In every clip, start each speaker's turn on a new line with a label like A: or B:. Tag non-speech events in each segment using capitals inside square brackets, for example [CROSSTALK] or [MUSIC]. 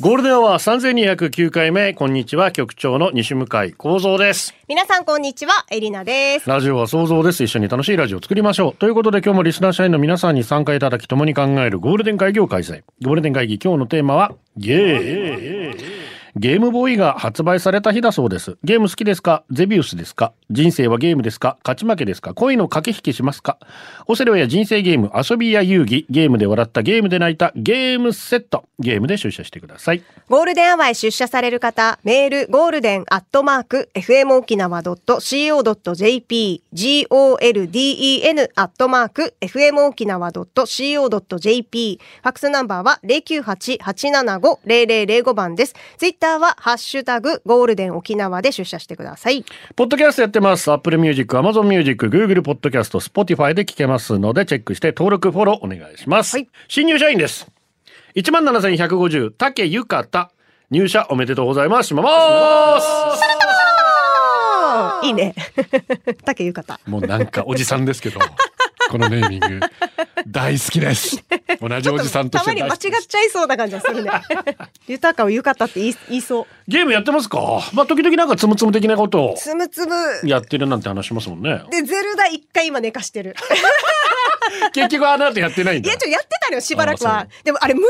A: ゴールデンは三千二百九回目。こんにちは、局長の西向井光三です。
B: 皆さんこんにちは、エリナです。
A: ラジオは想像です。一緒に楽しいラジオを作りましょう。ということで、今日もリスナー社員の皆さんに参加いただき、共に考えるゴールデン会議を開催。ゴールデン会議、今日のテーマはゲー。ゲームボーイが発売された日だそうです。ゲーム好きですかゼビウスですか人生はゲームですか勝ち負けですか恋の駆け引きしますかオセロや人生ゲーム、遊びや遊戯、ゲームで笑った、ゲームで泣いた、ゲームセット。ゲームで出社してください。
B: ゴールデンアワーへ出社される方、メール、ゴールデンアットマーク、fmokinawa.co.jp、golden アットマーク、fmokinawa.co.jp、ファックスナンバーは098-875-0005番です。ツイッターは、ハッシュタグ、ゴールデン沖縄で出社してください。
A: ポッドキャストやってます。Apple Music、Amazon Music、Google Podcast、Spotify で聞けますので、チェックして登録、フォローお願いします。
B: はい
A: 新入社員です。17,150、竹ゆかた。入社おめでとうございます。しまます。
B: いいね。 [LAUGHS] 竹ゆかた。
A: もうなんかおじさんですけど、 [LAUGHS] このネーミング、大好きです。同じおじさんと
B: た
A: して
B: まに間違っちゃいそうな感じがす
A: [LAUGHS]
B: るね。豊かをゆかたって言い言いそう。
A: ゲームやってますかまあ、時々なんかつむつむ的なことを
B: つむつむ。
A: やってるなんて話しますもんね。
B: で、ゼルダ一回今寝かしてる。
A: 結局あの後やってないん
B: い
A: だ
B: や、ち。ょ、やってたのよ、しばらく
A: あ
B: は
A: そ。
B: でも、あれ難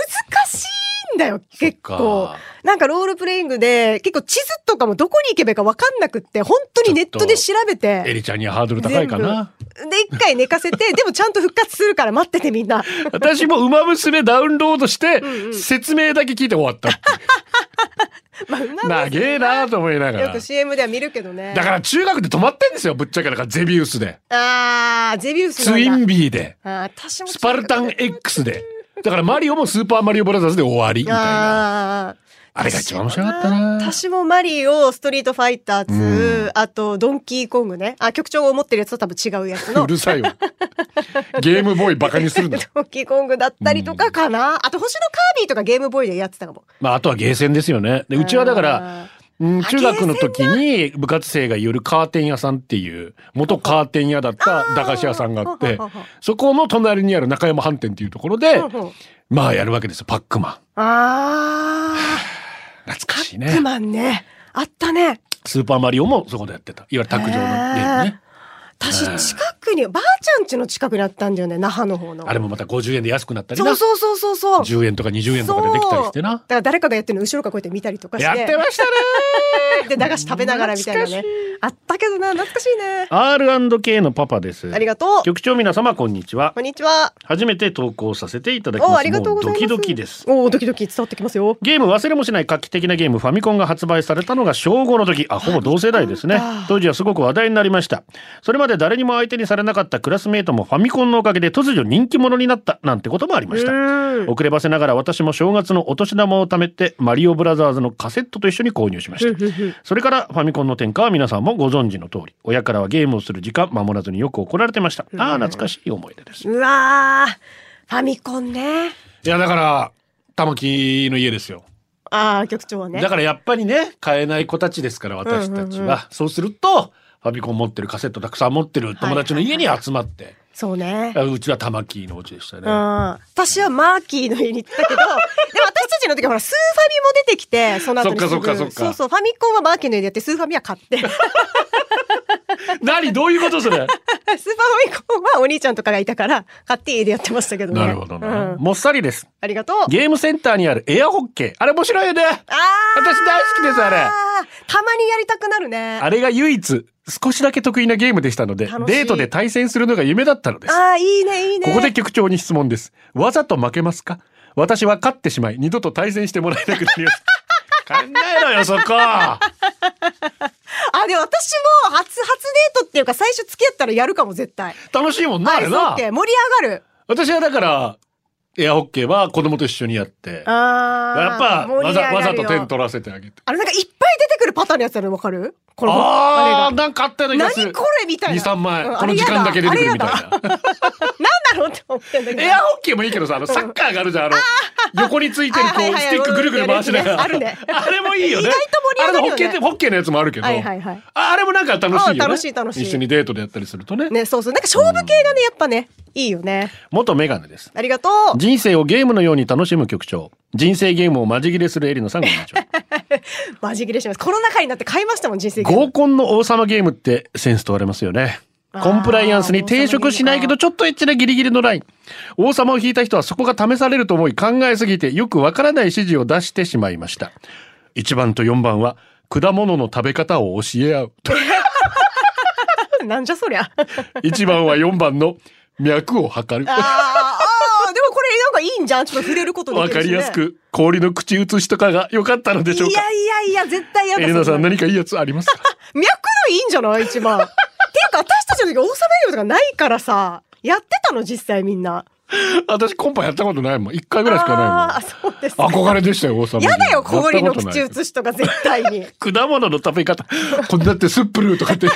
B: しいんだよ、結
A: そっ
B: 構
A: か。
B: なんかロールプレイングで、結構地図とかもどこに行けばいいか分かんなくって、本当にネットで調べ
A: エ
B: て。
A: リちゃんにはハードル高いかな。
B: 全部で、一回寝かせて、でもちゃんと復活するから待っててみんな。 [LAUGHS]
A: 私も馬娘ダウンロードして、説明だけ聞いて終わった
B: [LAUGHS]
A: っていう。
B: まあ、うまい
A: 長えなと思いなが
B: よ
A: ら。
B: く
A: だ
B: CM では見るけどね。
A: から中学で止まってんですよ、ぶっちゃけだから、ゼビウスで。
B: あー、ゼビウスなん
A: ツ
B: だ
A: インビーで。
B: あー私も
A: スパルタン X で。だからマリオもスーパーマリオブラザーズで終わりみたいな。
B: あー
A: あれが一番面白かったな
B: 私もマリオ、ストリートファイター2、あとドンキーコングね。あ、局長が思ってるやつと多分違うやつの
A: う。るさいわ。ゲームボーイバカにするんだ。
B: [LAUGHS] ドンキーコングだったりとかかな、あと星のカービィとかゲームボーイでやってたかも。
A: まあ、あとはゲーセンですよね。で、うちはだから、
B: あ
A: うん中学の時に部活生が寄るカーテン屋さんっていう、元カーテン屋だった駄菓子屋さんがあって
B: ほうほうほう、
A: そこの隣にある中山飯店っていうところで
B: ー、ほうほう
A: まあやるわけですよ、パックマ
B: あ
A: ン。懐かしい
B: ー、ク
A: ね。
B: マンね。あったね。
A: スーパーマリオもそこでやってた。いわゆる卓上のゲームね。
B: 私近くに、ばあちゃん家の近くにあったんだよね、那覇の方の。
A: あれもまた50円で安くなったり
B: そ
A: な
B: う。そうそうそうそう。
A: 10円とか20円とかでできたりして
B: そう
A: な
B: だ。から誰かがやってるの後ろからこうやって見たりとかして。
A: やってましたね。
B: [LAUGHS] で駄菓子食べながらみたいなねあったけどな懐かしいね
A: R&K のパパです。
B: ありがとう
A: 局長皆様こんにちは
B: こ。んにちは
A: 初めて投稿させていただきます。
B: おありがとうございます
A: もドキドキです。
B: おおドキドキ伝わってきますよ
A: ゲーム忘れもしない画期的なゲームファミコンが発売されたのが小5の時あほぼ同世代ですね当時はすごく話題になりましたそれまで誰にも相手にされなかったクラスメートもファミコンのおかげで突如人気者になったなんてこともありました
B: [LAUGHS]
A: 遅ればせながら私も正月のお年玉を貯めてマリオブラザーズのカセットと一緒に購入しましたそれからファミコンの転換は皆さんもご存知の通り親からはゲームをする時間守らずによく怒られてましたああ懐かしい思い出です
B: うわーファミコンね
A: いやだから玉木の家ですよ
B: あー局長はね
A: だからやっぱりね買えない子たちですから私たちは、
B: うんうんうん
A: そうするとファミコン持ってるカセットたくさん持ってる友達の家に集まって、
B: [LAUGHS] そうね
A: あうちは玉木のお家でしたね、
B: うん、私はマーキーの家に行った
A: [LAUGHS]
B: けどでも私たちの時はほらスーファミも出てきてその後にすぐ
A: そっかそっかそっか
B: そうそうファミコンはマーキーの家でやってスーファミは買ってスーパー
A: 何どういうことそ
B: [LAUGHS]
A: れ
B: ファミコンはお兄ちゃんとかがいたから買って家でやってましたけどね
A: なるほど
B: う
A: な、
B: ん
A: もっさりです
B: ありがとう
A: ゲームセンターにあるエアホッケーあれ面白いよね
B: あー
A: 私大好きですあれ
B: たまにやりたくなるね
A: あれが唯一少しだけ得意なゲームでしたので
B: 楽しい
A: デートで対戦するのが夢だったのです
B: ああ、いいね、いいね。
A: ここで局長に質問です。わざと負けますか私は勝ってしまい、二度と対戦してもらえなくなり
B: [LAUGHS]
A: ます。考えろよ、そこ
B: あ、でも私も初、初デートっていうか、最初付き合ったらやるかも、絶対。
A: 楽しいもんな、あれ
B: そう
A: な
B: っ。け盛り上がる。
A: 私はだから、エアホッケーは子供と一緒にやって。やっ
B: あー
A: ぱ、
B: 盛り
A: わ
B: 上が
A: ざ、
B: るよ
A: わざと点取らせてあげて。
B: あれなんかいっぱい出てくるパターンのやつだのわかるこの
A: あー、
B: あれが
A: なんかあったような気がする。
B: 何これみたいな
A: 2、3枚。
B: うん
A: この時間だけ出てくるみたい
B: あれやだ
A: な。
B: なんだろうって思ってんだけど
A: エアホッケーもいいけどさ、あの、サッカーがあるじゃん。あの、横についてる、こ、
B: あはいうはい
A: スティックぐるぐる回しながら。
B: あるねあるね
A: [LAUGHS] あれもいいよね。
B: 意外と盛り上
A: あれ
B: がるよね
A: のホッケーって、ホッケーのやつもあるけど。
B: はいはいはい
A: ああれもなんか楽しいよね。
B: あ楽しい楽しい
A: 一緒にデートでやったりするとね。
B: ねそうそうなんか勝負系がねやっぱねいいよね
A: 元メガネです。
B: ありがとう
A: 人生をゲームのように楽しむ局長。人生ゲームをまじ切れするエリのさんこんにちは。
B: マジ切れしますコロナ禍になって買いましたもん人生ゲーム
A: 合コンの王様ゲームってセンス問われますよね。
B: あー
A: コンプライアンスに抵触しないけどちょっとエッチなギリギリのライン。王様を引いた人はそこが試されると思い考えすぎてよくわからない指示を出してしまいました。1番と4番は果物の食べ方を教え合
B: [LAUGHS]
A: う。
B: なんじ
A: [LAUGHS]
B: ゃそりゃ
A: 1番は4番の脈を測る。
B: あーあーでもこれなんかいいんじゃんちょっと触れることでき
A: わ
B: るし、ね、
A: かりやすく氷の口移しとかが良かったのでしょう
B: い
A: か
B: や。いやいや絶対やだ
A: エレナさ
B: そ
A: ん
B: な
A: 何かいいやつあり
B: [LAUGHS]
A: ますか
B: 脈のいいんじゃない
A: [LAUGHS]
B: 一番っていうか私たちの時王様ゲームとかないからさやってたの実際みんな
A: 私コンパやったことないもん。1回ぐらいしか
B: あ
A: な
B: ーそうです
A: いもん。憧れでしたよ、王様ゲー
B: や
A: ム。
B: だよ氷
A: や
B: の
A: ったことない
B: 口移しとか絶対に
A: 果物の食べ方。こんだってスップルーとか
B: [LAUGHS]
A: って。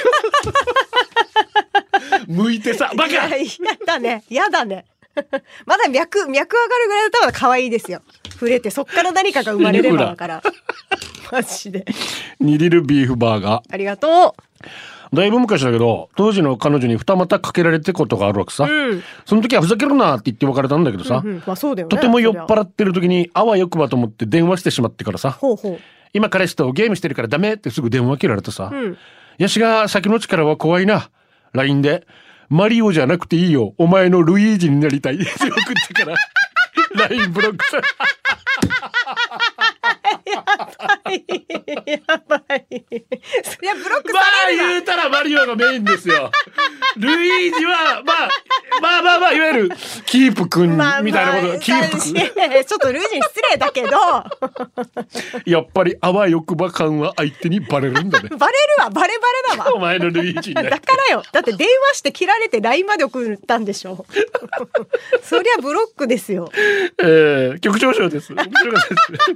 A: 剥いてさ、バ
B: いや
A: カ
B: やだねやだね [LAUGHS] まだ脈脈上がるぐらいだったら可愛いですよ触れてそっから何かが生まれればだから [LAUGHS] マジで
A: にリルビーフバーガー。
B: ありがと
A: だいぶ昔だけど、当時の彼女に二股かけられてことがあるわけさ。
B: ううん、
A: その時はふざけるなって言って別れたんだけどさ
B: う。ん、まあそうだよね
A: とても酔っ
B: そりゃ
A: 払ってる時に、あわよくばと思って電話してしまってからさ。
B: ほうほう
A: 今彼氏とゲームしてるからダメってすぐ電話切られてさ。
B: うん [LAUGHS]
A: ヤシが先の力は怖いな。LINE で、マリオじゃなくていいよ。お前のルイージになりたい。って送って
B: [LAUGHS]
A: から、LINE ブロックされ
B: やばい。そりゃブロック
A: ま
B: さ
A: あ
B: れるな。
A: 言うたらマリオがメインですよ。 [LAUGHS] ルイージは、まあ、まあまあまあ、いわゆる、キープくんみたいなこと、キープくん。
B: しちょっとルージに失礼だけど、 [LAUGHS] バ
A: やっぱり、あわよくば感は相手にバレるんだ
B: [LAUGHS]
A: ね
B: レ。るわ、バレバレだ
A: お
B: わ。
A: 前のルイージになりた
B: だ
A: い。
B: からよ。だって電話して切られて LINE まで送ったんでしょ。 [LAUGHS] そりゃブロックですよ。
A: えー、局長賞です。面白かったです。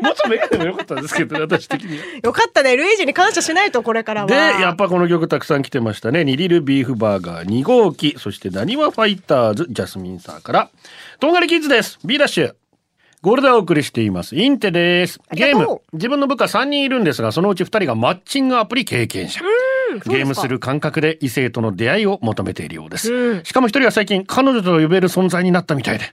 A: [LAUGHS] 元メガネも良かったですけど、私的には。
B: [LAUGHS] よかったね。ルイージに感謝しないと、これからは。
A: でやっぱこの曲たくさん来てましたね「ニリルビーフバーガー2号機」そして「なにわファイターズ」ジャスミンさんから「とんがりキッズ」です B ダッシュゴールドをお送りしていますインテです
B: あり
A: ゲ
B: が
A: ー
B: とう
A: ム自分の部下3人いるんですがそのうち2人がマッチングアプリ経験者ゲームする感覚で異性との出会いを求めているようです、
B: うん
A: しかも1人は最近彼女と呼べる存在になったみたいで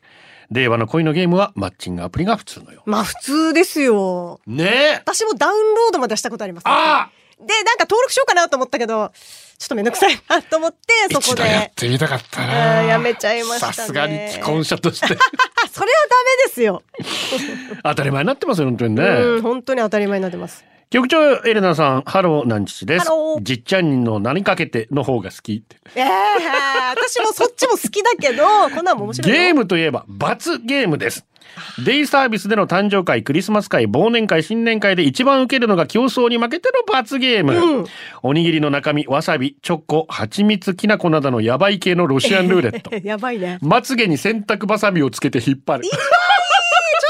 A: 令和の恋のゲームはマッチングアプリが普通のよ
B: まあ普通ですよ。
A: うねえ
B: 私もダウンロードまでしたことあります。
A: ああ
B: で、なんか登録しようかなと思ったけど、ちょっとめんどくさいな
A: [LAUGHS]
B: と思って、そこ
A: 一
B: で。
A: 度やってみたかったな
B: うんやめちゃいましたね
A: さすがに既婚者と
B: [LAUGHS]
A: して
B: あ、それはダメですよ。
A: 当たり前になってますよ、本当にね。
B: うん、本当に当たり前になってます。
A: 局長、エレナさん、ハロー、なんちちです
B: ハロ。ー
A: じっちゃんの何かけての方が好きって。
B: ええ私もそっちも好きだけど、こんなんも面白いよ。
A: ゲームといえば、罰ゲームです。デイサービスでの誕生会、クリスマス会、忘年会、新年会で一番受けるのが競争に負けての罰ゲーム。
B: うん
A: おにぎりの中身、わさび、チョコ、蜂蜜、きな粉などのヤバい系のロシアンルーレット。
B: やばいね。
A: まつげに洗濯バサミをつけて引っ張る。
B: ちょ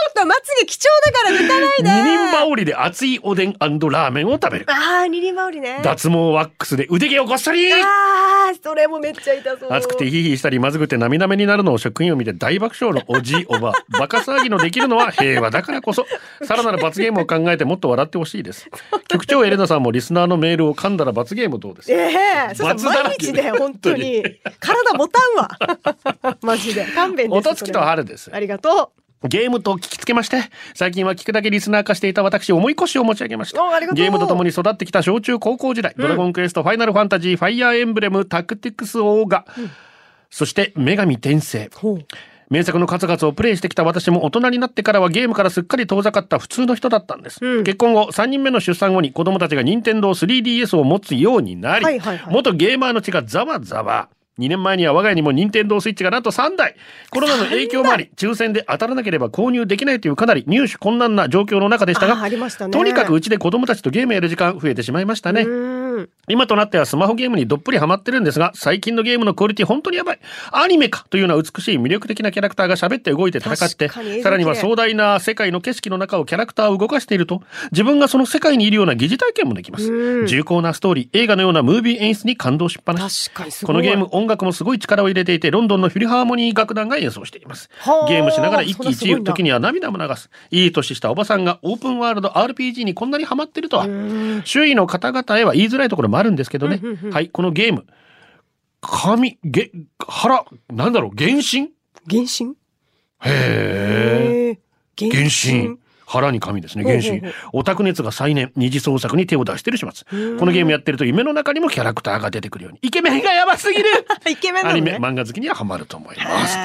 B: っとまつげ貴重だから抜かない
A: 二
B: で。
A: 人羽織で熱いおでんラーメンを食べる。
B: ああ、二人羽織ね。
A: 脱毛ワックスで腕毛をごっそり
B: ああ、それもめっちゃ痛そう。
A: 熱くてヒーヒーしたりまずくて涙目になるのを職員を見て大爆笑のおじいおばバカ騒ぎのできるのは平和だからこそさらなる罰ゲームを考えてもっと笑ってほしいです局長エレナさんもリスナーのメールを噛んだら罰ゲームどうです
B: ええそ
A: 罰
B: うそう
A: だら
B: 毎
A: け
B: 日ね、本当に。体もたんわ。 [LAUGHS] マジで。勘弁です。
A: おたつきと晴れです
B: それはありがと
A: ゲームと聞きつけまして最近は聞くだけリスナー化していた私思い越しを持ち上げました
B: おありがとう
A: ゲームとともに育ってきた小中高校時代、ドラゴンクエストファイナルファンタジーファイアーエンブレムタクティクスオーガ、そして女神転生
B: う。ほう。
A: 名作の数々をプレイしてきた私も大人になってからはゲームからすっかり遠ざかった普通の人だったんです、
B: うん
A: 結婚後3人目の出産後に子供たちが任天堂 3DS を持つようになり、
B: はいはいはい
A: 元ゲーマーの血がざわざわ2年前には我が家にも任天堂スイッチがなんと3台コロナの影響もあり抽選で当たらなければ購入できないというかなり入手困難な状況の中でした
B: あ
A: が
B: ーありましたね
A: とにかくうちで子供たちとゲームやる時間増えてしまいましたね、
B: うーん。
A: 今となってはスマホゲームにどっぷりハマってるんですが、最近のゲームのクオリティ本当にやばい。アニメかというような美しい魅力的なキャラクターが喋って動いて戦って、
B: 確かに映像綺麗
A: さらには壮大な世界の景色の中をキャラクターを動かしていると、自分がその世界にいるような疑似体験もできます。
B: うん
A: 重厚なストーリー、映画のようなムービー演出に感動しっぱなし。
B: 確かにすご
A: この
B: い
A: ゲーム音楽もすごい力を入れていてロンドンのフィルハーモニー楽団が演奏しています
B: はあ
A: ゲームしながら一喜一
B: そんなすごい
A: 憂
B: んだ
A: 時には涙も流すいい年したおばさんがオープンワールド RPG にこんなにハマってるとは周囲の方々へは言いづらいところもあるんですけどね
B: うんうんうん
A: はいこのゲーム神げ腹なんだろう原神
B: 原神
A: へえ
B: へえ
A: 原神腹に神ですね原
B: ほうほ
A: 神
B: う
A: オタク熱が再燃二次創作に手を出してる始末このゲームやってると夢の中にもキャラクターが出てくるようにイケメンがやばすぎる
B: [LAUGHS] イケメン
A: ア
B: [LAUGHS] な
A: ニ
B: の
A: メ
B: ね
A: 漫画好きにはハマると思い
B: [LAUGHS]
A: ます。
B: へ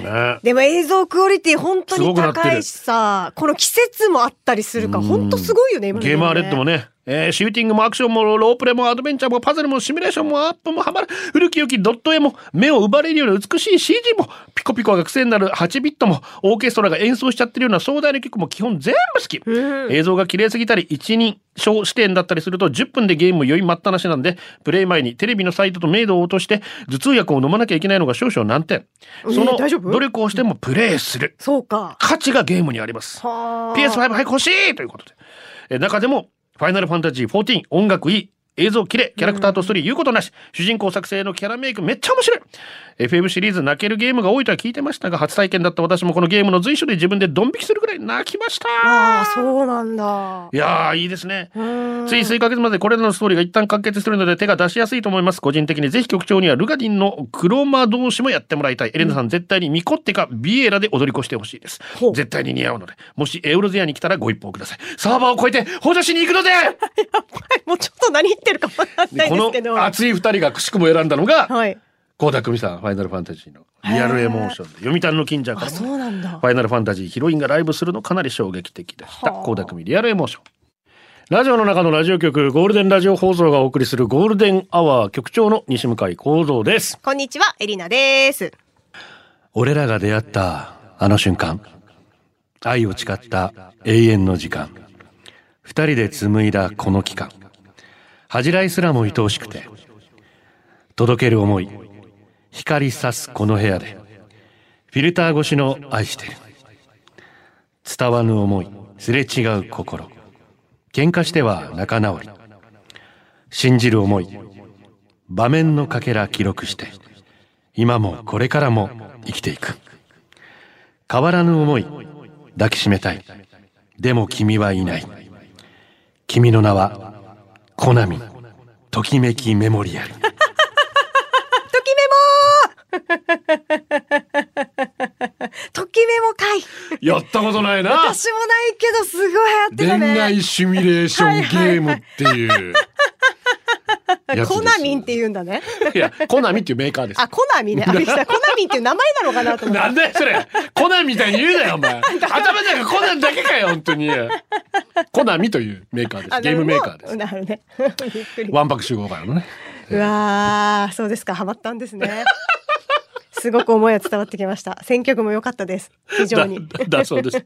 B: え
A: ね
B: でも映像クオリティ本当
A: すご
B: に
A: くなってる
B: 高いしさこの季節もあったりするから本当すごいよね今の
A: ゲーマーレッドも
B: ね
A: ね、えーシューティングもアクションもロープレもアドベンチャーもパズルもシミュレーションもアップもハマる古き良きドット絵も目を奪われるような美しい CG もピコピコが癖になる8ビットもオーケストラが演奏しちゃってるような壮大な曲も基本全部好き、映像が綺麗すぎたり一人称視点だったりすると10分でゲームを酔い待ったなしなんでプレイ前にテレビのサイトと明度を落として頭痛薬を飲まなきゃいけないのが少々難点その
B: 大丈夫
A: 努力をしてもプレイする
B: そ
A: [LAUGHS]
B: うか
A: 価値がゲームにあります
B: はあ
A: PS5 早く欲しいということで、えー中でも「ファイナルファンタジー14」音楽いい映像綺麗キャラクターとストーリー言うことなし、主人公作成のキャラメイクめっちゃ面白い FM シリーズ泣けるゲームが多いとは聞いてましたが初体験だった私もこのゲームの随所で自分でドン引きするくらい泣きました
B: ああそうなんだ
A: いやーいいですね
B: うん
A: つい数ヶ月までこれらのストーリーが一旦完結してるので手が出しやすいと思います。個人的にぜひ局長にはルガディンの黒魔同士もやってもらいたい。エレナさん絶対にミコッテかビエラで踊り越してほしいです
B: ほ。う
A: 絶対に似合うので、もしエウロゼアに来たらご一報ください。サーバーを超えて放射しに行く
B: [LAUGHS]
A: ので
B: [LAUGHS] もうちょっと何言ってるか分かんない
A: こ
B: です
A: の
B: けど。
A: 熱い二人がくしくも選んだのが、
B: はい。
A: 高田久美さん、ファイナルファンタジーのリアルエモーションで、読谷の近所から
B: あ、
A: も
B: そうなんだ
A: [LAUGHS] フ。ァイナルファンタジーヒロインがライブするのかなり衝撃的でした。
B: はあ
A: 高田組リアルエモーション。ラジオの中のラジオ局、ゴールデンラジオ放送がお送りするゴールデンアワー局長の西向井幸三です。
B: こんにちは、エリナです。
A: 俺らが出会ったあの瞬間。愛を誓った永遠の時間。二人で紡いだこの期間。恥じらいすらも愛おしくて。届ける思い。光さすこの部屋で。フィルター越しの愛してる。伝わぬ思い。すれ違う心。喧嘩しては仲直り。信じる思い。場面のかけら記録して。今もこれからも生きていく変わらぬ思い抱きしめたいでも君はいない君の名はコナミときめきメモリア
B: [LAUGHS]
A: ル
B: ときメモときメモ会
A: やったことないな
B: 私もないけど、すごい流行ってた
A: 恋
B: ね。
A: 愛シミュレーションゲームっていうやつです
B: コナミンって言うんだね。
A: いやコナミっていうメーカーです
B: あ、コナミね。あ、びっくりしたコナミンっていう名前なのかなと思って。
A: なんだよそれコナンみたいに言うなよお前頭の中コナンだけかよ本当にコナミというメーカーで
B: あ
A: すゲームメーカーです
B: なるほどね。 [LAUGHS] なるほどねびっくり。
A: ワンパク集合バイのね
B: うわー、そうですか。ハマったんで
A: [LAUGHS]
B: すね。すごく思いは伝わってきました。選曲も良かったです。非常に。
A: だだだそうです。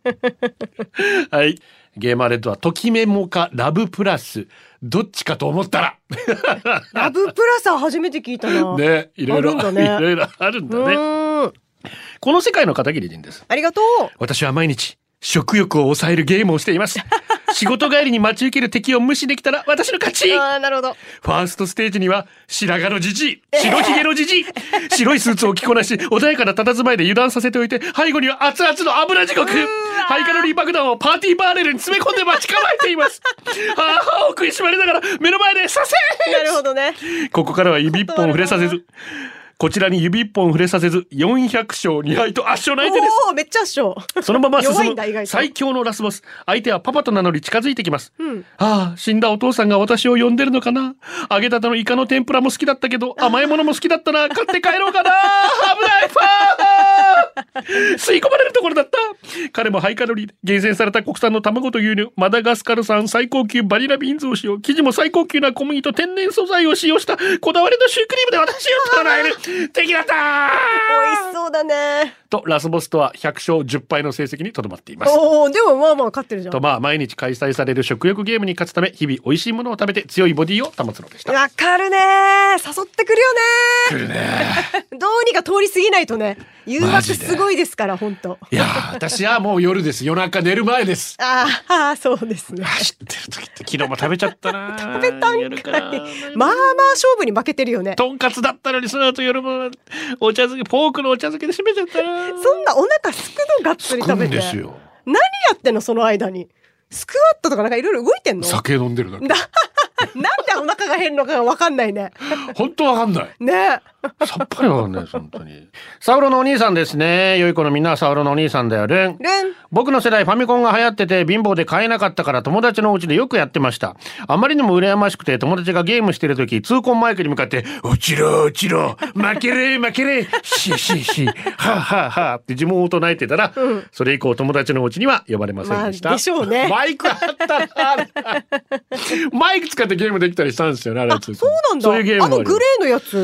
A: はい。ゲーマーレッドは、ときメモか、ラブプラス、どっちかと思ったら。
B: ラブプラスは初めて聞いたな。
A: ね、いろいろ、
B: あるんだね
A: いろいろあるん
B: う
A: だね。
B: ーん。
A: この世界の片桐仁です。
B: ありがとう。
A: 私は毎日、食欲を抑えるゲームをしています。仕事帰りに待ち受ける敵を無視できたら、私の勝ち
B: ああ、なるほど。
A: ファーストステージには白髪のじじい白ひげのじじい白いスーツを着こなし穏やかな佇まいで油断させておいて背後には熱々の油地獄ハイカロリー爆弾をパーティーバーレルに詰め込んで待ち構えていますああ歯を食いしばりながら目の前でさせ
B: なるほどね。
A: ここからは指一本触れさせずこちらに指一本触れさせず400勝2敗と圧勝の相手です
B: おお、めっちゃ圧勝。
A: そのまま進
B: 弱いんだ意外
A: む
B: と
A: 最強のラスボス。相手はパパと名乗り近づいてきます。
B: ん
A: ああ、死んだお父さんが私を呼んでるのかな揚げたてのイカの天ぷらも好きだったけど、甘いものも好きだったな。買って帰ろうかな危ないパー吸い込まれるところだった彼もハイカロリーで厳選された国産の卵と牛乳、マダガスカル産最高級バニラビーンズを使用、生地も最高級な小麦と天然素材を使用したこだわりのシュークリームで私を唱える敵だった
B: 美味しそうだね。
A: とラスボスとは100勝10敗の成績にとどまっています。
B: おお、でもまあまあ勝ってるじゃん。
A: とまあ毎日開催される食欲ゲームに勝つため日々美味しいものを食べて強いボディを保つのでした。
B: わかるね誘ってくるよ
A: [LAUGHS]
B: ねどうにか通り過ぎないとね誘
A: マ
B: 惑
A: ジです
B: ごいですから本当
A: いやー私はもう夜です夜中寝る前です。
B: ああそうで
A: [LAUGHS]
B: すね
A: 走ってる時って昨日も食べちゃったな食
B: 食べたん [LAUGHS] かいまあまあ勝負に負けてるよね
A: [LAUGHS] とんかつだったのにその後夜もお茶漬けポークのお茶漬けで締めちゃったな
B: そんなお腹すくのがっつり
A: 食う
B: 食べ
A: ん
B: て
A: です
B: 何や
A: よ
B: ってんのその間にスクワットとかなんかいろいろ動いてんの [LAUGHS] なん
A: 酒飲んでるだけ
B: でお腹が減るのかがわかんないね
A: 本当わかんない
B: ね
A: さっぱりわかんないです本当にサウロのお兄さんですね良い子のみんなはサウロのお兄さんだよルン
B: ルン
A: 僕の世代ファミコンが流行ってて貧乏で買えなかったから友達のうちでよくやってましたあまりにも羨ましくて友達がゲームしてる時痛恨マイクに向かって「落ちろ落ちろ負けれ負けれしししはあはあはあ」って呪文を唱えてたら、それ以降友達のうちには呼ばれませんでした、
B: まあでしょうね
A: マイクあったなあれマイク使ってゲームできたりしたんですよねあれ
B: あそうなんだ
A: そういうゲーム
B: あのグレーのやつ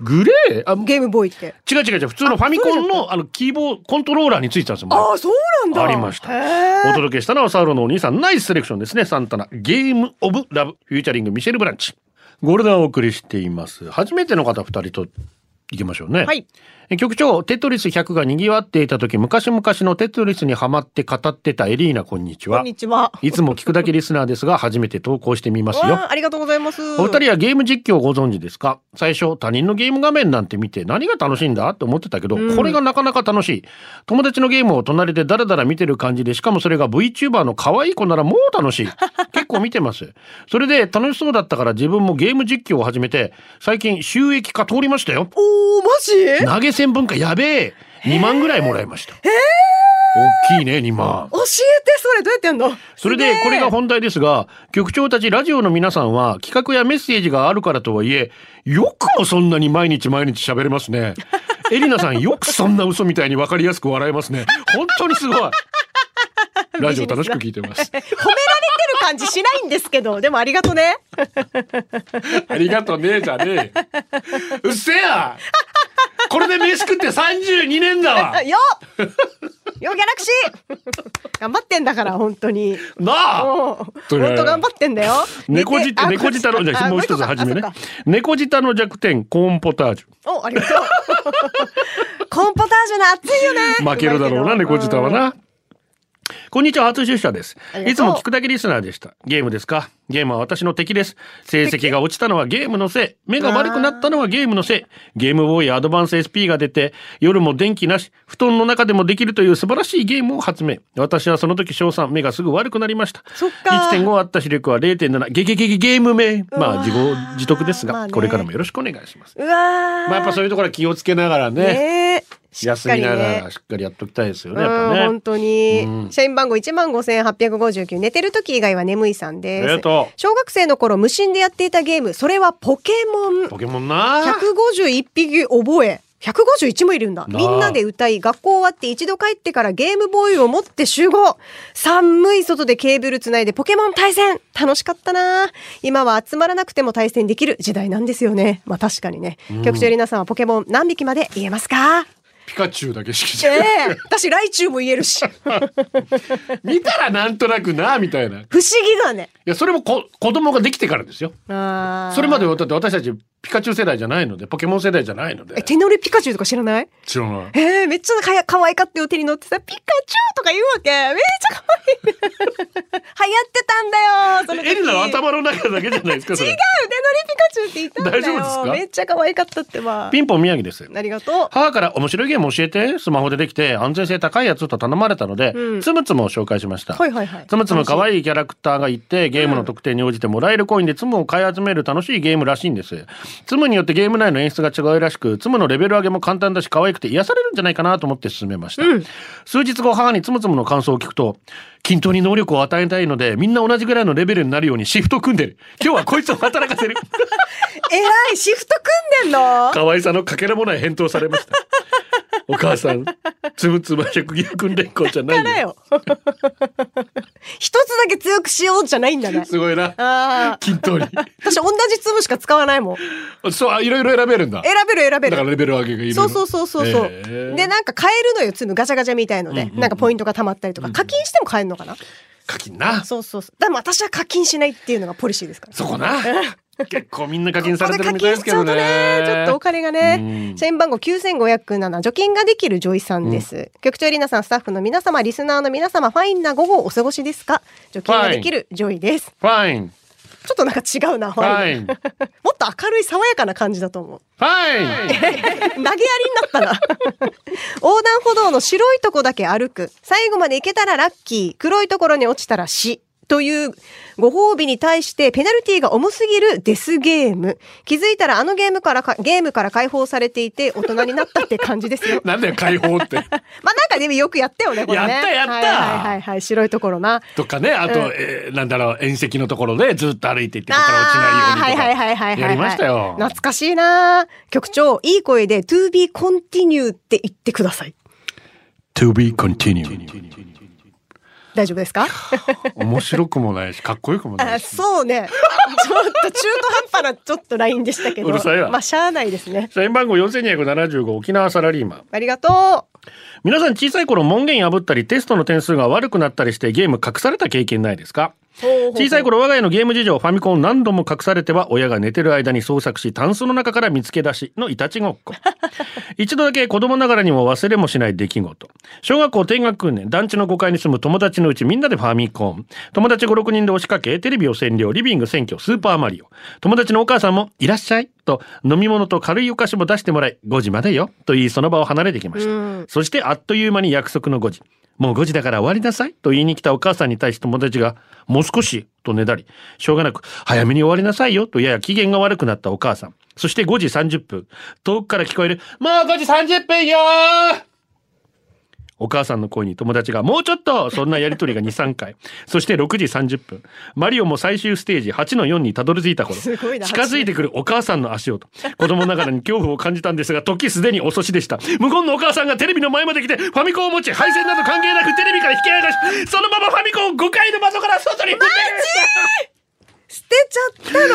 A: ーグレーあ
B: ゲームボーイって
A: 違う違う違う普通のファミコンのあのキーボードコントローラーについてたんですよ
B: ああそうなんだ
A: ありました
B: へ
A: お
B: え
A: 届けしたのはサウロのお兄さんナイスセレクションですねサンタナゲームオブラブフューチャリングミシェル・ブランチゴールデンをお送りしています初めての方2人といきましょうね、
B: はい
A: え局長テトリス100が賑わっていた時昔々のテトリスにハマって語ってたエリーナこんにちは
B: こんにちはい
A: つも聞くだけリスナーですが初めて投稿してみますよ
B: わあありがとうございます。
A: お二人はゲーム実況をご存知ですか最初他人のゲーム画面なんて見て何が楽しいんだって思ってたけど、
B: うん
A: これがなかなか楽しい友達のゲームを隣でダラダラ見てる感じでしかもそれが VTuber の可愛い子ならもう楽しい結構見てます [LAUGHS] それで楽しそうだったから自分もゲーム実況を始めて最近収益化通りましたよ
B: おおマジ？
A: 投げ銭分かやべえ2万ぐらいもらいました大きいね2万
B: 教えてそれどうやってやんの？
A: それでこれが本題ですが局長たちラジオの皆さんは企画やメッセージがあるからとはいえよくもそんなに毎日毎日喋れますねエリナさんよくそんな嘘みたいに分かりやすく笑えますね本当にすごいラジオ楽しく聞いてます
B: すげえ褒められてる感じしないんですけど、でもありがとね。
A: ありがとねえじゃねえうっせえやこれで飯食って32年だわ
B: あよ、よギャラクシー。 [LAUGHS] 頑張ってんだから本当に。
A: な
B: うん
A: あ
B: 本
A: 当
B: 当
A: に
B: 頑張ってんだよ。
A: 猫舌
B: あ
A: 猫舌のじゃあ
B: あ
A: もう一つ
B: これとか
A: 初めね
B: あそっか
A: 猫舌の弱点コーンポタージュ
B: お、ありがとう。コンポタージュの熱いよね。
A: [LAUGHS] 負けるだ
B: [LAUGHS]
A: ろうな、猫舌は
B: うん。
A: な。こんにちは、初出社です
B: あり。がとう
A: いつも聞くだけリスナーでした。ゲームですかゲームは私の敵です。成績が落ちたのはゲームのせい。目が悪くなったのはゲームのせい。ゲームボーイアドバンス SP が出て、夜も電気なし、布団の中でもできるという素晴らしいゲームを発明。私はその時、賞賛、目がすぐ悪くなりました。
B: そっか
A: 1.5あった視力は0.7。ゲゲゲゲゲーム名。まあ、自業自得ですが、
B: まあね
A: これからもよろしくお願いします。
B: うわー。
A: まあ、やっぱそういうところは気をつけながらね。
B: ねえ。しっ
A: 休
B: か
A: み
B: り
A: なが
B: ね
A: ら。しっかりやっときたいですよね。やっ
B: うん、
A: ぱね
B: 本。当に、
A: うん
B: 社員番号1万5859寝てる時以外は眠いさん
A: え
B: で
A: っ
B: す
A: と
B: 小学生の頃無心でやっていたゲームそれはポケモン
A: ポケモンな。
B: 151匹覚え151もいるんだ
A: なあ
B: みんなで歌い学校終わって一度帰ってからゲームボーイを持って集合寒い外でケーブルつないでポケモン対戦楽しかったな今は集まらなくても対戦できる時代なんですよねまあ確かにね、局長エリナさんはポケモン何匹まで言えますか
A: ピカチュウだけし
B: え
A: か
B: え私来中も言えるし
A: [LAUGHS] 見たらなんとなくなみたいな。い
B: 不思議だね。
A: やそれもこ子供ができてからですよ。
B: あ
A: それまで
B: は。
A: はだって私たちピカチュウ世代じゃないのでポケモン世代じゃないの
B: え、
A: で。
B: 手乗りピカチュウとか知らない
A: 知らない。
B: えー、めっちゃかや可愛かったよ手に乗ってさ、ピカチュウとか言うわけ。めっちゃ可愛い。流行ってたんだよ、その時。
A: エリナの
B: 違う
A: 頭の中だけじゃないですかそ
B: 手乗り
A: れ。
B: ピカチュウって言ったんだよ。
A: 大丈夫ですか
B: めっちゃ可愛かったってば。
A: ピンポン宮城です。
B: ありがとう。
A: 母から面白いゲーム教えてスマホでできて安全性高いやつと頼まれたので、
B: うん
A: つむつむを紹介しました。
B: はいはいはい。
A: つむつむ可愛いキャラクターがいてゲームの特典に応じてもらえるコインでつむを買い集める楽しいゲームらしいんですつむによってゲーム内の演出が違うらしくつむのレベル上げも簡単だし可愛くて癒されるんじゃないかなと思って進めました、数日後母につむつむの感想を聞くと均等に能力を与えたいのでみんな同じぐらいのレベルになるようにシフト組んでる今日はこいつを働か [LAUGHS] せる
B: えらい、シフト組んでんの
A: 可愛さのかけらもない返答をされましたお母さん、つぶつぶ職業訓練校じゃ [LAUGHS]
B: から
A: ないよ。
B: よ。一つだけ強くしようじゃないんだね。
A: すごいな。
B: ああ。
A: 均等に。
B: 私同じ粒しか使わないもん。
A: [LAUGHS]
B: 選
A: そう、あいろいろ選べるんだ。
B: べる選べ
A: だから
B: る。
A: レベル上げがいる。
B: そうそうそうそうそう。
A: へー
B: でなんか買えるのよ粒ガチャガチャみたいので、
A: うんうんうん
B: なんかポイントが貯まったりとか、課金しても買えるのかな。
A: 課金な。
B: そうそうそう。でも私は課金しないっていうのがポリシーですから。
A: そこな。結構みんな課金されてる
B: ここ
A: み
B: で
A: たいです
B: 課金し
A: け
B: ちゃ
A: ど
B: うとね、ちょっとお
A: ね。
B: 金が
A: うん
B: ね。社員番号9507、除菌ができるジョイさんです。局長エリナさん、スタッフの皆様、リスナーの皆様、ファインな午後をお過ごしですか除菌ができるジョイです。
A: ファイン。
B: ちょっとなんか違うな、
A: フ
B: フ
A: ァ
B: ァイン。
A: イン。フ
B: [LAUGHS] もっと明るい爽やかな感じだと思う。
A: ァイン。。
B: 投げやりになったな。 [LAUGHS] 横断歩道の白いとこだけ歩く。最後まで行けたらラッキー。黒いところに落ちたら死。というご褒美に対してペナルティーが重すぎるデスゲーム。気づいたらあのゲームからか、ゲームから解放されていて大人になったって感じですよ
A: [LAUGHS] なんだよ、解放
B: [LAUGHS]
A: って。
B: まあなんかでもよくやったよね、これね。
A: やったやった
B: はいはいはいはい、白いところな。
A: とかね、あと、
B: うん
A: えーなんだろう、縁石のところでずっと歩いていって、そこから落ち
B: あー
A: ないようにとか。
B: はいはいはいはいはい。
A: やりましたよ。
B: 懐かしいな局長、いい声で to be continue って言ってください。
A: To be continued.
B: 大丈夫ですか
A: 面白くもないし、かっこよくもな
B: あ
A: いし。
B: そうね。ちょっと中途半端なちょっとラインでしたけど。
A: うるさいわ
B: まあ、しゃあないですね。
A: 社員番号4275沖縄サラリーマン。
B: ありがと
A: 皆さん小さい頃門限破ったりテストの点数が悪くなったりしてゲーム隠された経験ないですか
B: う。ほうほうほう
A: 小さい。頃我が家のゲーム事情ファミコン何度も隠されては親が寝てる間に捜索しタンスの中から見つけ出しのいたちごっ
B: [LAUGHS]
A: こ一度だけ子供ながらにも忘れもしない出来事小学校低学年団地の5階に住む友達のうちみんなでファミコン友達56人で押しかけテレビを占領リビング占拠スーパーマリオ友達のお母さんも「いらっしゃい」と飲み物と軽いお菓子も出してもらい5時までよと言いその場を離れてきました、
B: うん
A: そしてあっという間に約束の5時。もう5時だから終わりなさいと言いに来たお母さんに対して友達が、もう少しとねだり、しょうがなく、早めに終わりなさいよとやや機嫌が悪くなったお母さん。そして5時30分、遠くから聞こえる、もう5時30分よーお母さんの声に友達が、もうちょっとそんなやりとりが2、3回。そして6時30分、マリオも最終ステージ8の4にたどり着いた頃、
B: すごいな
A: 近づいてくるお母さんの足音。子供ながらに恐怖を感じたんですが、時すでに遅しでした。無言のお母さんがテレビの前まで来て、ファミコンを持ち、配線など関係なくテレビから引き上がし、そのままファミコンを5階の窓から外にぶち上げました
B: 捨てちゃっ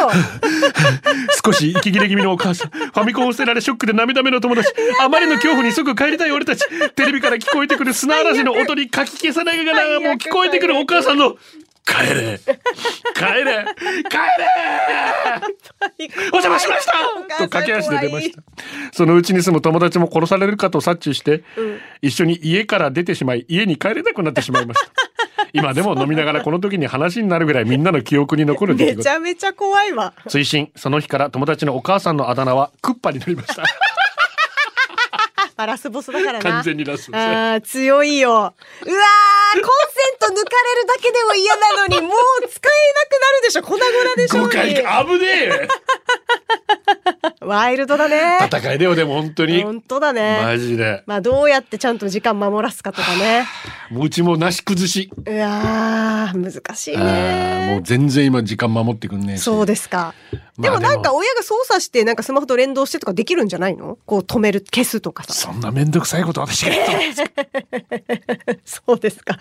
B: たの。
A: 少し息切れ気味のお母さん。ファミコンを捨てられショックで涙目の友達。あまりの恐怖にすぐ帰りたい俺たち。テレビから聞こえてくる砂嵐の音にかき消さないがらもう聞こえてくるお母さんの、帰れ帰れ帰れ [LAUGHS] お邪魔しまし
B: お母
A: た
B: さ
A: と
B: ん
A: 駆け足で出ました。そのうちに住む友達も殺されるかと察知して、一緒に家から出てしまい、家に帰れなくなってしまいま
B: [LAUGHS]
A: した。今でも飲みながらこの時に話になるぐらいみんなの記憶に残る出来
B: め
A: 事
B: ち。ゃめちゃ怖いわ。
A: 追伸その日から友達のお母さんのあだ名はクッパになりま
B: [LAUGHS]
A: した
B: まあラスボスだからな。
A: 完全にラスボス
B: ああ、強いよ。うわー、コンセント抜かれるだけでも嫌なのに、もう使えなくなるでしょ。粉々でしょ
A: 5回
B: うに。
A: 危ねえ
B: ワイルドだね。
A: 戦いだよでも本当に
B: 本当だね。
A: マジで
B: まあ、どうやってちゃんと時間守らすかとかね。
A: もううちもなし崩し
B: うわー、難しい
A: あーも
B: ね
A: う。全然今時間守ってくんねえし
B: そうですか。
A: ま
B: で
A: あ
B: もなんか親が操作してなんかスマホと連動してとかできるんじゃないのこう止める消すとかさ。
A: そんな面倒くさいこと私がやったの
B: [LAUGHS] そうですか。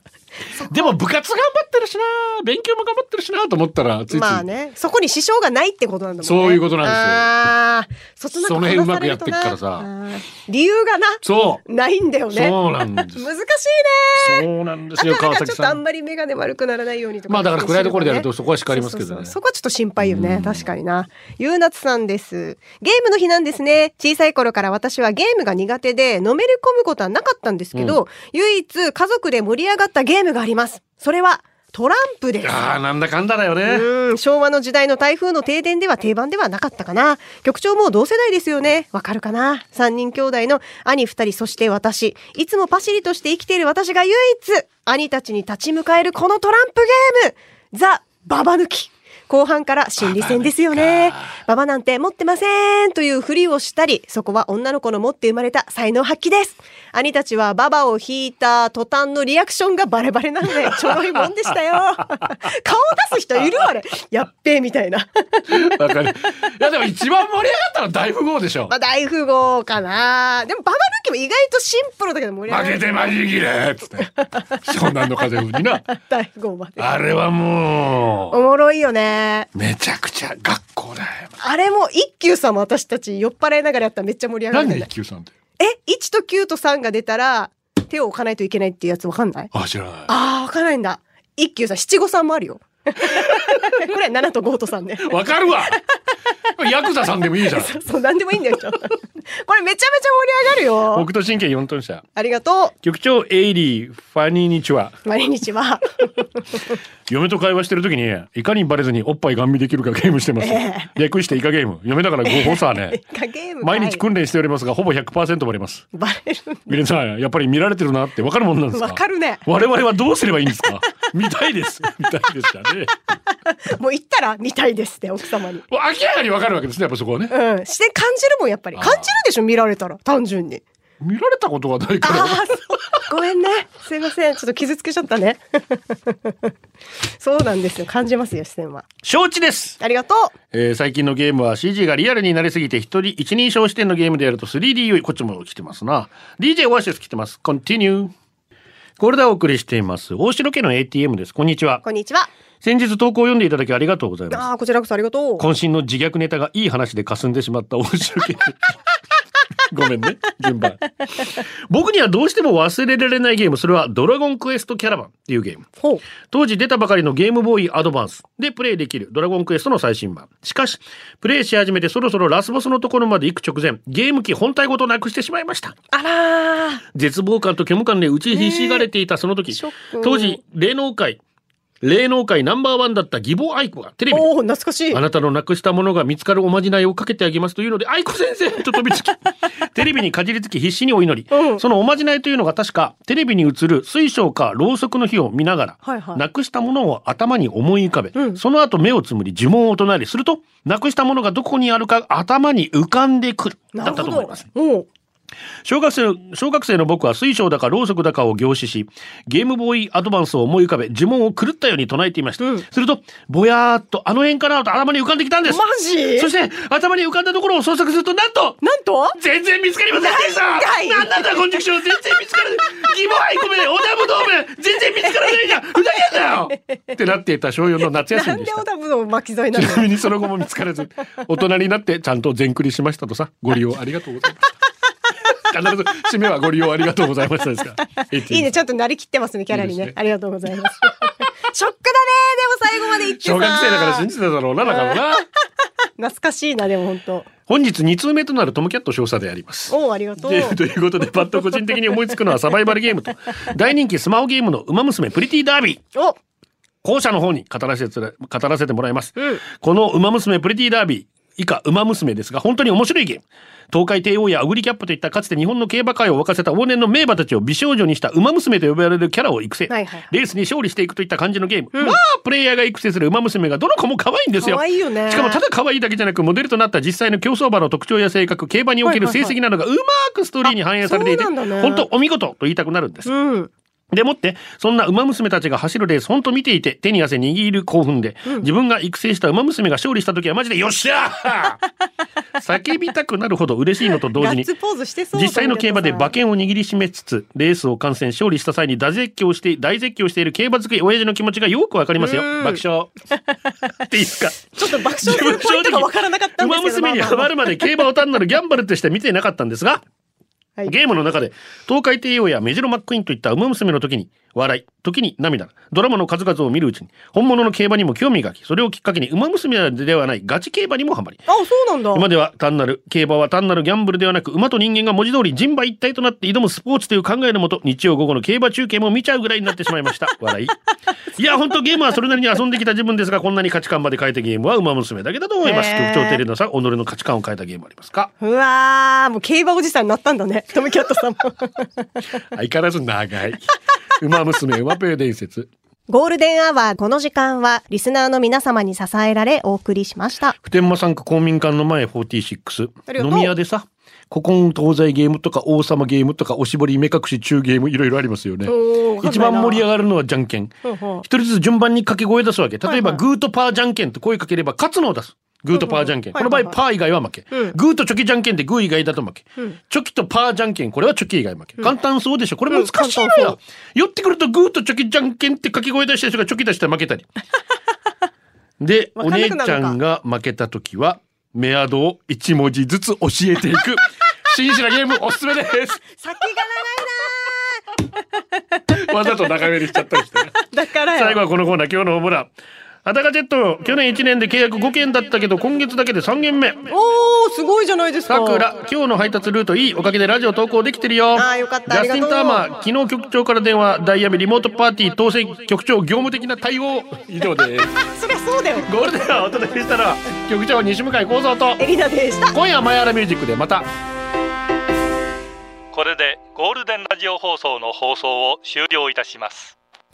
A: でも部活頑張ってるしな勉強も頑張ってるしなと思ったらついつい、
B: まあね、そこに支障がないってことなんだもんね。
A: そういうことなんですよ
B: ですよ。そっちの中
A: その辺うまくやってっからさ
B: あー理由がな、
A: そう
B: ないんだよね。
A: そうなんです
B: 難しいね。
A: そうなんですよ
B: だか
A: 川
B: らち
A: 崎
B: ょっとあ
A: さ
B: ん
A: ん
B: まり目がね悪くならないようにとか、
A: まあだから暗いところでやるとそこは
B: し
A: 叱りますけどね
B: そこはちょっと心配よね確かになゆうなつさんですゲームの日なんですね小さい頃から私はゲームが苦手でのめり込むことはなかったんですけど、唯一家族で盛り上がったゲームがありますそれはトランプです
A: あーなんだかんだだよね
B: うん昭和の時代の台風の停電では定番ではなかったかな局長も同世代ですよねわかるかな3人兄弟の兄2人そして私いつもパシリとして生きている私が唯一兄たちに立ち向かえるこのトランプゲームザ・ババ抜き後半から心理戦ですよねババなんて持ってませんというふりをしたりそこは女の子の持って生まれた才能発揮です兄たちはババを引いた途端のリアクションがバレバレなのでちょろいもんで [LAUGHS] したよ顔出す人いるあれやっべーみたいな
C: わかる。いやでも一番盛り上がったのは大富豪でしょ
B: ま。あ大富豪かなでもババ抜きも意外とシンプルだけど盛り上が
C: 負
B: る
C: けてまじぎれっつって。湘南の風風にな。
B: 大富豪まで
C: あれはも
B: おもろいよね
C: う、めちゃくちゃ学校だよ。
B: あれも一休さんも私たち酔っ払いながらやったらめっちゃ盛り上が
C: 何
B: るんだ
C: で
B: よね
C: 一級さんって。
B: え1と9と3が出たら手を置かないといけないっていうやつわかんない
C: あ、知らな
B: あーわかんないんだ一休さん七五三もあるよ [LAUGHS] これは7と5と3ね [LAUGHS]
C: い。わかるわ。ヤクザさんでもいいじゃん。
B: そうなんでもいいんだよちょっとこれめちゃめちゃ盛り上がるよ
A: 北斗神経4トン車。
B: ありがと
A: 局長エイリー、ファニーニチュア。
B: う毎日は
A: 嫁と会話してる時に、いかにバレずにおっぱいガン見できるかゲームしてます。
B: え
A: 略してイカゲーム。嫁だから合法
B: [LAUGHS]
A: さね。
B: ゲームか
A: [LAUGHS]
B: い
A: 毎日訓練しておりますが、ほぼ100%バレます。
B: バレる
A: 皆さん、やっぱり見られてるなってわかるもんなんですか
B: わかるね
A: 我々はどうすればいいんですか見たいです。見たいでしたね。
B: もう行ったら見たいですって奥様に
C: 明らかにわかるわけですね、やっぱそこはね。
B: うん視点感じるもんやっぱり
C: あー
B: 感じるでしょ見られたら単純に
C: 見られたことがないか
B: あ
C: ら。
B: あそうご [LAUGHS] めんねすいませんちょっと傷つけちゃったね [LAUGHS] そうなんですよ感じますよ視線は
A: 承知です。
B: ありがと
A: えー最近のゲームは CG がリアルになりすぎて一人一人称視点のゲームでやると 3D よりこっちも来てますな DJ オアシス来てます Continue これでお送りしています大城家の ATM ですこんにちは
B: うこんにちは
A: 先日投稿を読んでいただきありがとうございます
B: ああこちらこそありがとう
A: 渾身の自虐ネタがいい話で霞んでしまった大 [LAUGHS] 城家ごめんね順番僕にはどうしても忘れられないゲームそれはドラゴンクエストキャラバンっていうゲーム
B: ほう
A: 当時出たばかりのゲームボーイアドバンスでプレイできるドラゴンクエストの最新版。しかし、プレイし始めてそろそろラスボスのところまで行く直前、ゲーム機本体ごとなくしてしまいました。
B: あらー
A: 絶望感と虚無感で打ちひしがれていたその時、
B: ショック
A: 当時、霊能界、霊能界ナンバーワンだった義母愛子がテレビで
B: おお懐かし
A: [LAUGHS]
B: い
A: あなたのなくしたものが見つかるおまじないをかけてあげますというので、愛子先生と飛びつ
B: [LAUGHS]
A: き、テレビにかじりつき必死にお祈り、
B: うん
A: そのおまじないというのが確か、テレビに映る水晶かろうそくの火を見ながら、
B: はいはい
A: なくしたものを頭に思い浮かべ、
B: うん
A: その後目をつむり呪文を唱えりすると、なくしたものがどこにあるか頭に浮かんでくる。だ
B: な
A: った
B: る
A: と思
B: ほ
A: い
B: ど
A: ます。
B: もう
A: 小学生の、小学生の僕は水晶だかろうそくだかを凝視し、ゲームボーイアドバンスを思い浮かべ、呪文を狂ったように唱えていました。
B: うん
A: すると、ぼやーっとあの辺かなと頭に浮かんできたんです。
B: マジ
A: そして頭に浮かんだところを捜索するとなんと
B: なんと
A: 全然見つかりませんでした
B: なんかい
A: なんなんだこんにちは全然見つからない疑問愛込めおだぶどうめ全然見つからないじゃんふざけんなよってなっていた小4の夏休
B: な
A: み
B: ん
A: で
B: で
A: し
B: オ
A: た
B: ダブの巻き添えな
A: ち
B: の
A: なみにその後も見つからず大人になってちゃんと全クリしましたとさご利用ありがとうございました必ず締めはご利用ありがとうございましたですから
B: いいねちょっとなりきってますねキャラにね
A: いいですね
B: ありがとうござい
A: [LAUGHS]
B: ますショックだねでも最後まで行ってさ
A: 小学生だから信じてただろうなだからな
B: 懐かしいなでも本
A: 本日2通目となるトムキャット少佐であります
B: 当おおありがとう
A: で [LAUGHS] ということでパッと個人的に思いつくのはサバイバルゲームと大人気スマホゲームの「ウマ娘プリティダービー」
B: お
A: 後者の方に語らせて語らせてもらいます、
B: うん
A: この「ウマ娘プリティダービー」以下「ウマ娘」ですが本当に面白いゲーム東海帝王やアグリキャップといったかつて日本の競馬界を沸かせた往年の名馬たちを美少女にしたウマ娘と呼ばれるキャラを育成、
B: はいはいはい
A: レースに勝利していくといった感じのゲーム、まあプレイヤーが育成するウマ娘がどの子も可愛いんですよ
B: 可愛いよね
A: しかもただ可愛いだけじゃなくモデルとなった実際の競走馬の特徴や性格競馬における成績などがうまくストーリーに反映されていて、
B: あそうなんだね
A: 本当お見事と言いたくなるんです
B: うん
A: でもって、そんな馬娘たちが走るレース、ほんと見ていて、手に汗握る興奮で、自分が育成した馬娘が勝利した時はマジで、よっしゃー [LAUGHS] 叫びたくなるほど嬉しいのと同
B: ガ
A: 時
B: ッ
A: に
B: ツ、ポーズしてそう
A: 実際の競馬で馬
B: バ
A: 券を握りしめつつ、レースを観戦、勝利した際に大絶叫して、大絶叫している競馬好き親父の気持ちがよくわかりますよ。
B: うん
A: 爆笑。っていいですか
B: ちょっと爆笑するポイントがわからなかったんです
A: 馬
B: けど
A: 娘にハマるまで競馬を単なるギャンブルとして見ていなかったんですが、
B: はい
A: ゲームの中で東海帝王やメジロ・マックイーンといったウマ娘の時に笑い時に涙ドラマの数々を見るうちに本物の競馬にも興味がきそれをきっかけにウマ娘ではないガチ競馬にもハマり
B: あそうなんだ
A: 今では単なる競馬は単なるギャンブルではなく馬と人間が文字通り人馬一体となって挑むスポーツという考えのもと日曜午後の競馬中継も見ちゃうぐらいになってしまいました笑いいや本当ゲームはそれなりに遊んできた自分ですがこんなに価値観まで変えたゲームは馬娘だけだと思います
B: へー
A: 局長テレナさん己の価値観を変えたゲームありますか
B: うわーもう競馬おじさんになったんだねトムキャットさん [LAUGHS] も
A: 相変わらず長い馬娘馬ペー伝説
B: ゴールデンアワーこの時間はリスナーの皆様に支えられお送りしました
A: 普天間産区公民館の前46
B: ありがとう
A: 飲み屋でさ古今東西ゲームとか王様ゲームとかおしぼり目隠し中ゲームいろいろありますよね
B: おーわかんないな
A: 一番盛り上がるのはじゃんけん
B: ほうほう
A: 一人ずつ順番に掛け声出すわけ例えば
B: はいはい
A: グーとパーじゃんけんと声かければ勝つのを出すグーとパーじゃんけん
B: は
A: こ
B: い
A: の
B: は
A: 場
B: い
A: 合パー以外は負け
B: うん
A: グーとチョキじゃんけんでグー以外だと負け
B: うん
A: チョキとパーじゃんけんこれはチョキ以外負け簡単そうでしょこれ難しい
B: う
A: の
B: ん簡単そ
A: よ寄ってくるとグーとチョキじゃんけんって掛け声出した人がチョキ出したら負け
B: [LAUGHS]
A: たりで
B: わか
A: お
B: んな
A: 姉
B: くなるの
A: ち
B: か
A: ゃんが負けた時はメアドを1文字ずつ教えてい
B: [LAUGHS]
A: く真摯なゲームおすすめです
B: [LAUGHS] 先が
A: わざと長めにしちゃったりしてね
B: 長いなだか
A: [LAUGHS]
B: ら
A: 最後はこのコーナー今日のホームラン裸ジェット去年1年で契約5件だったけど今月だけで3件目
B: おおすごいじゃないですか
A: さくら今日の配達ルートいいおかげでラジオ投稿できてるよ
B: あーよかった
A: ジャスティン・タ
B: あ
A: ー
B: り
A: マ
B: がとう
A: ー昨日局長から電話ダイヤメリモートパーティー当選局長業務的な対応以上です
B: そりゃそうだよ
A: [LAUGHS] ゴールデンはお届けしたのは局長西向井幸三と
B: エリナでした
A: 今夜はマヤラミュージックでまた
D: これでゴールデンラジオ放送の放送を終了いたします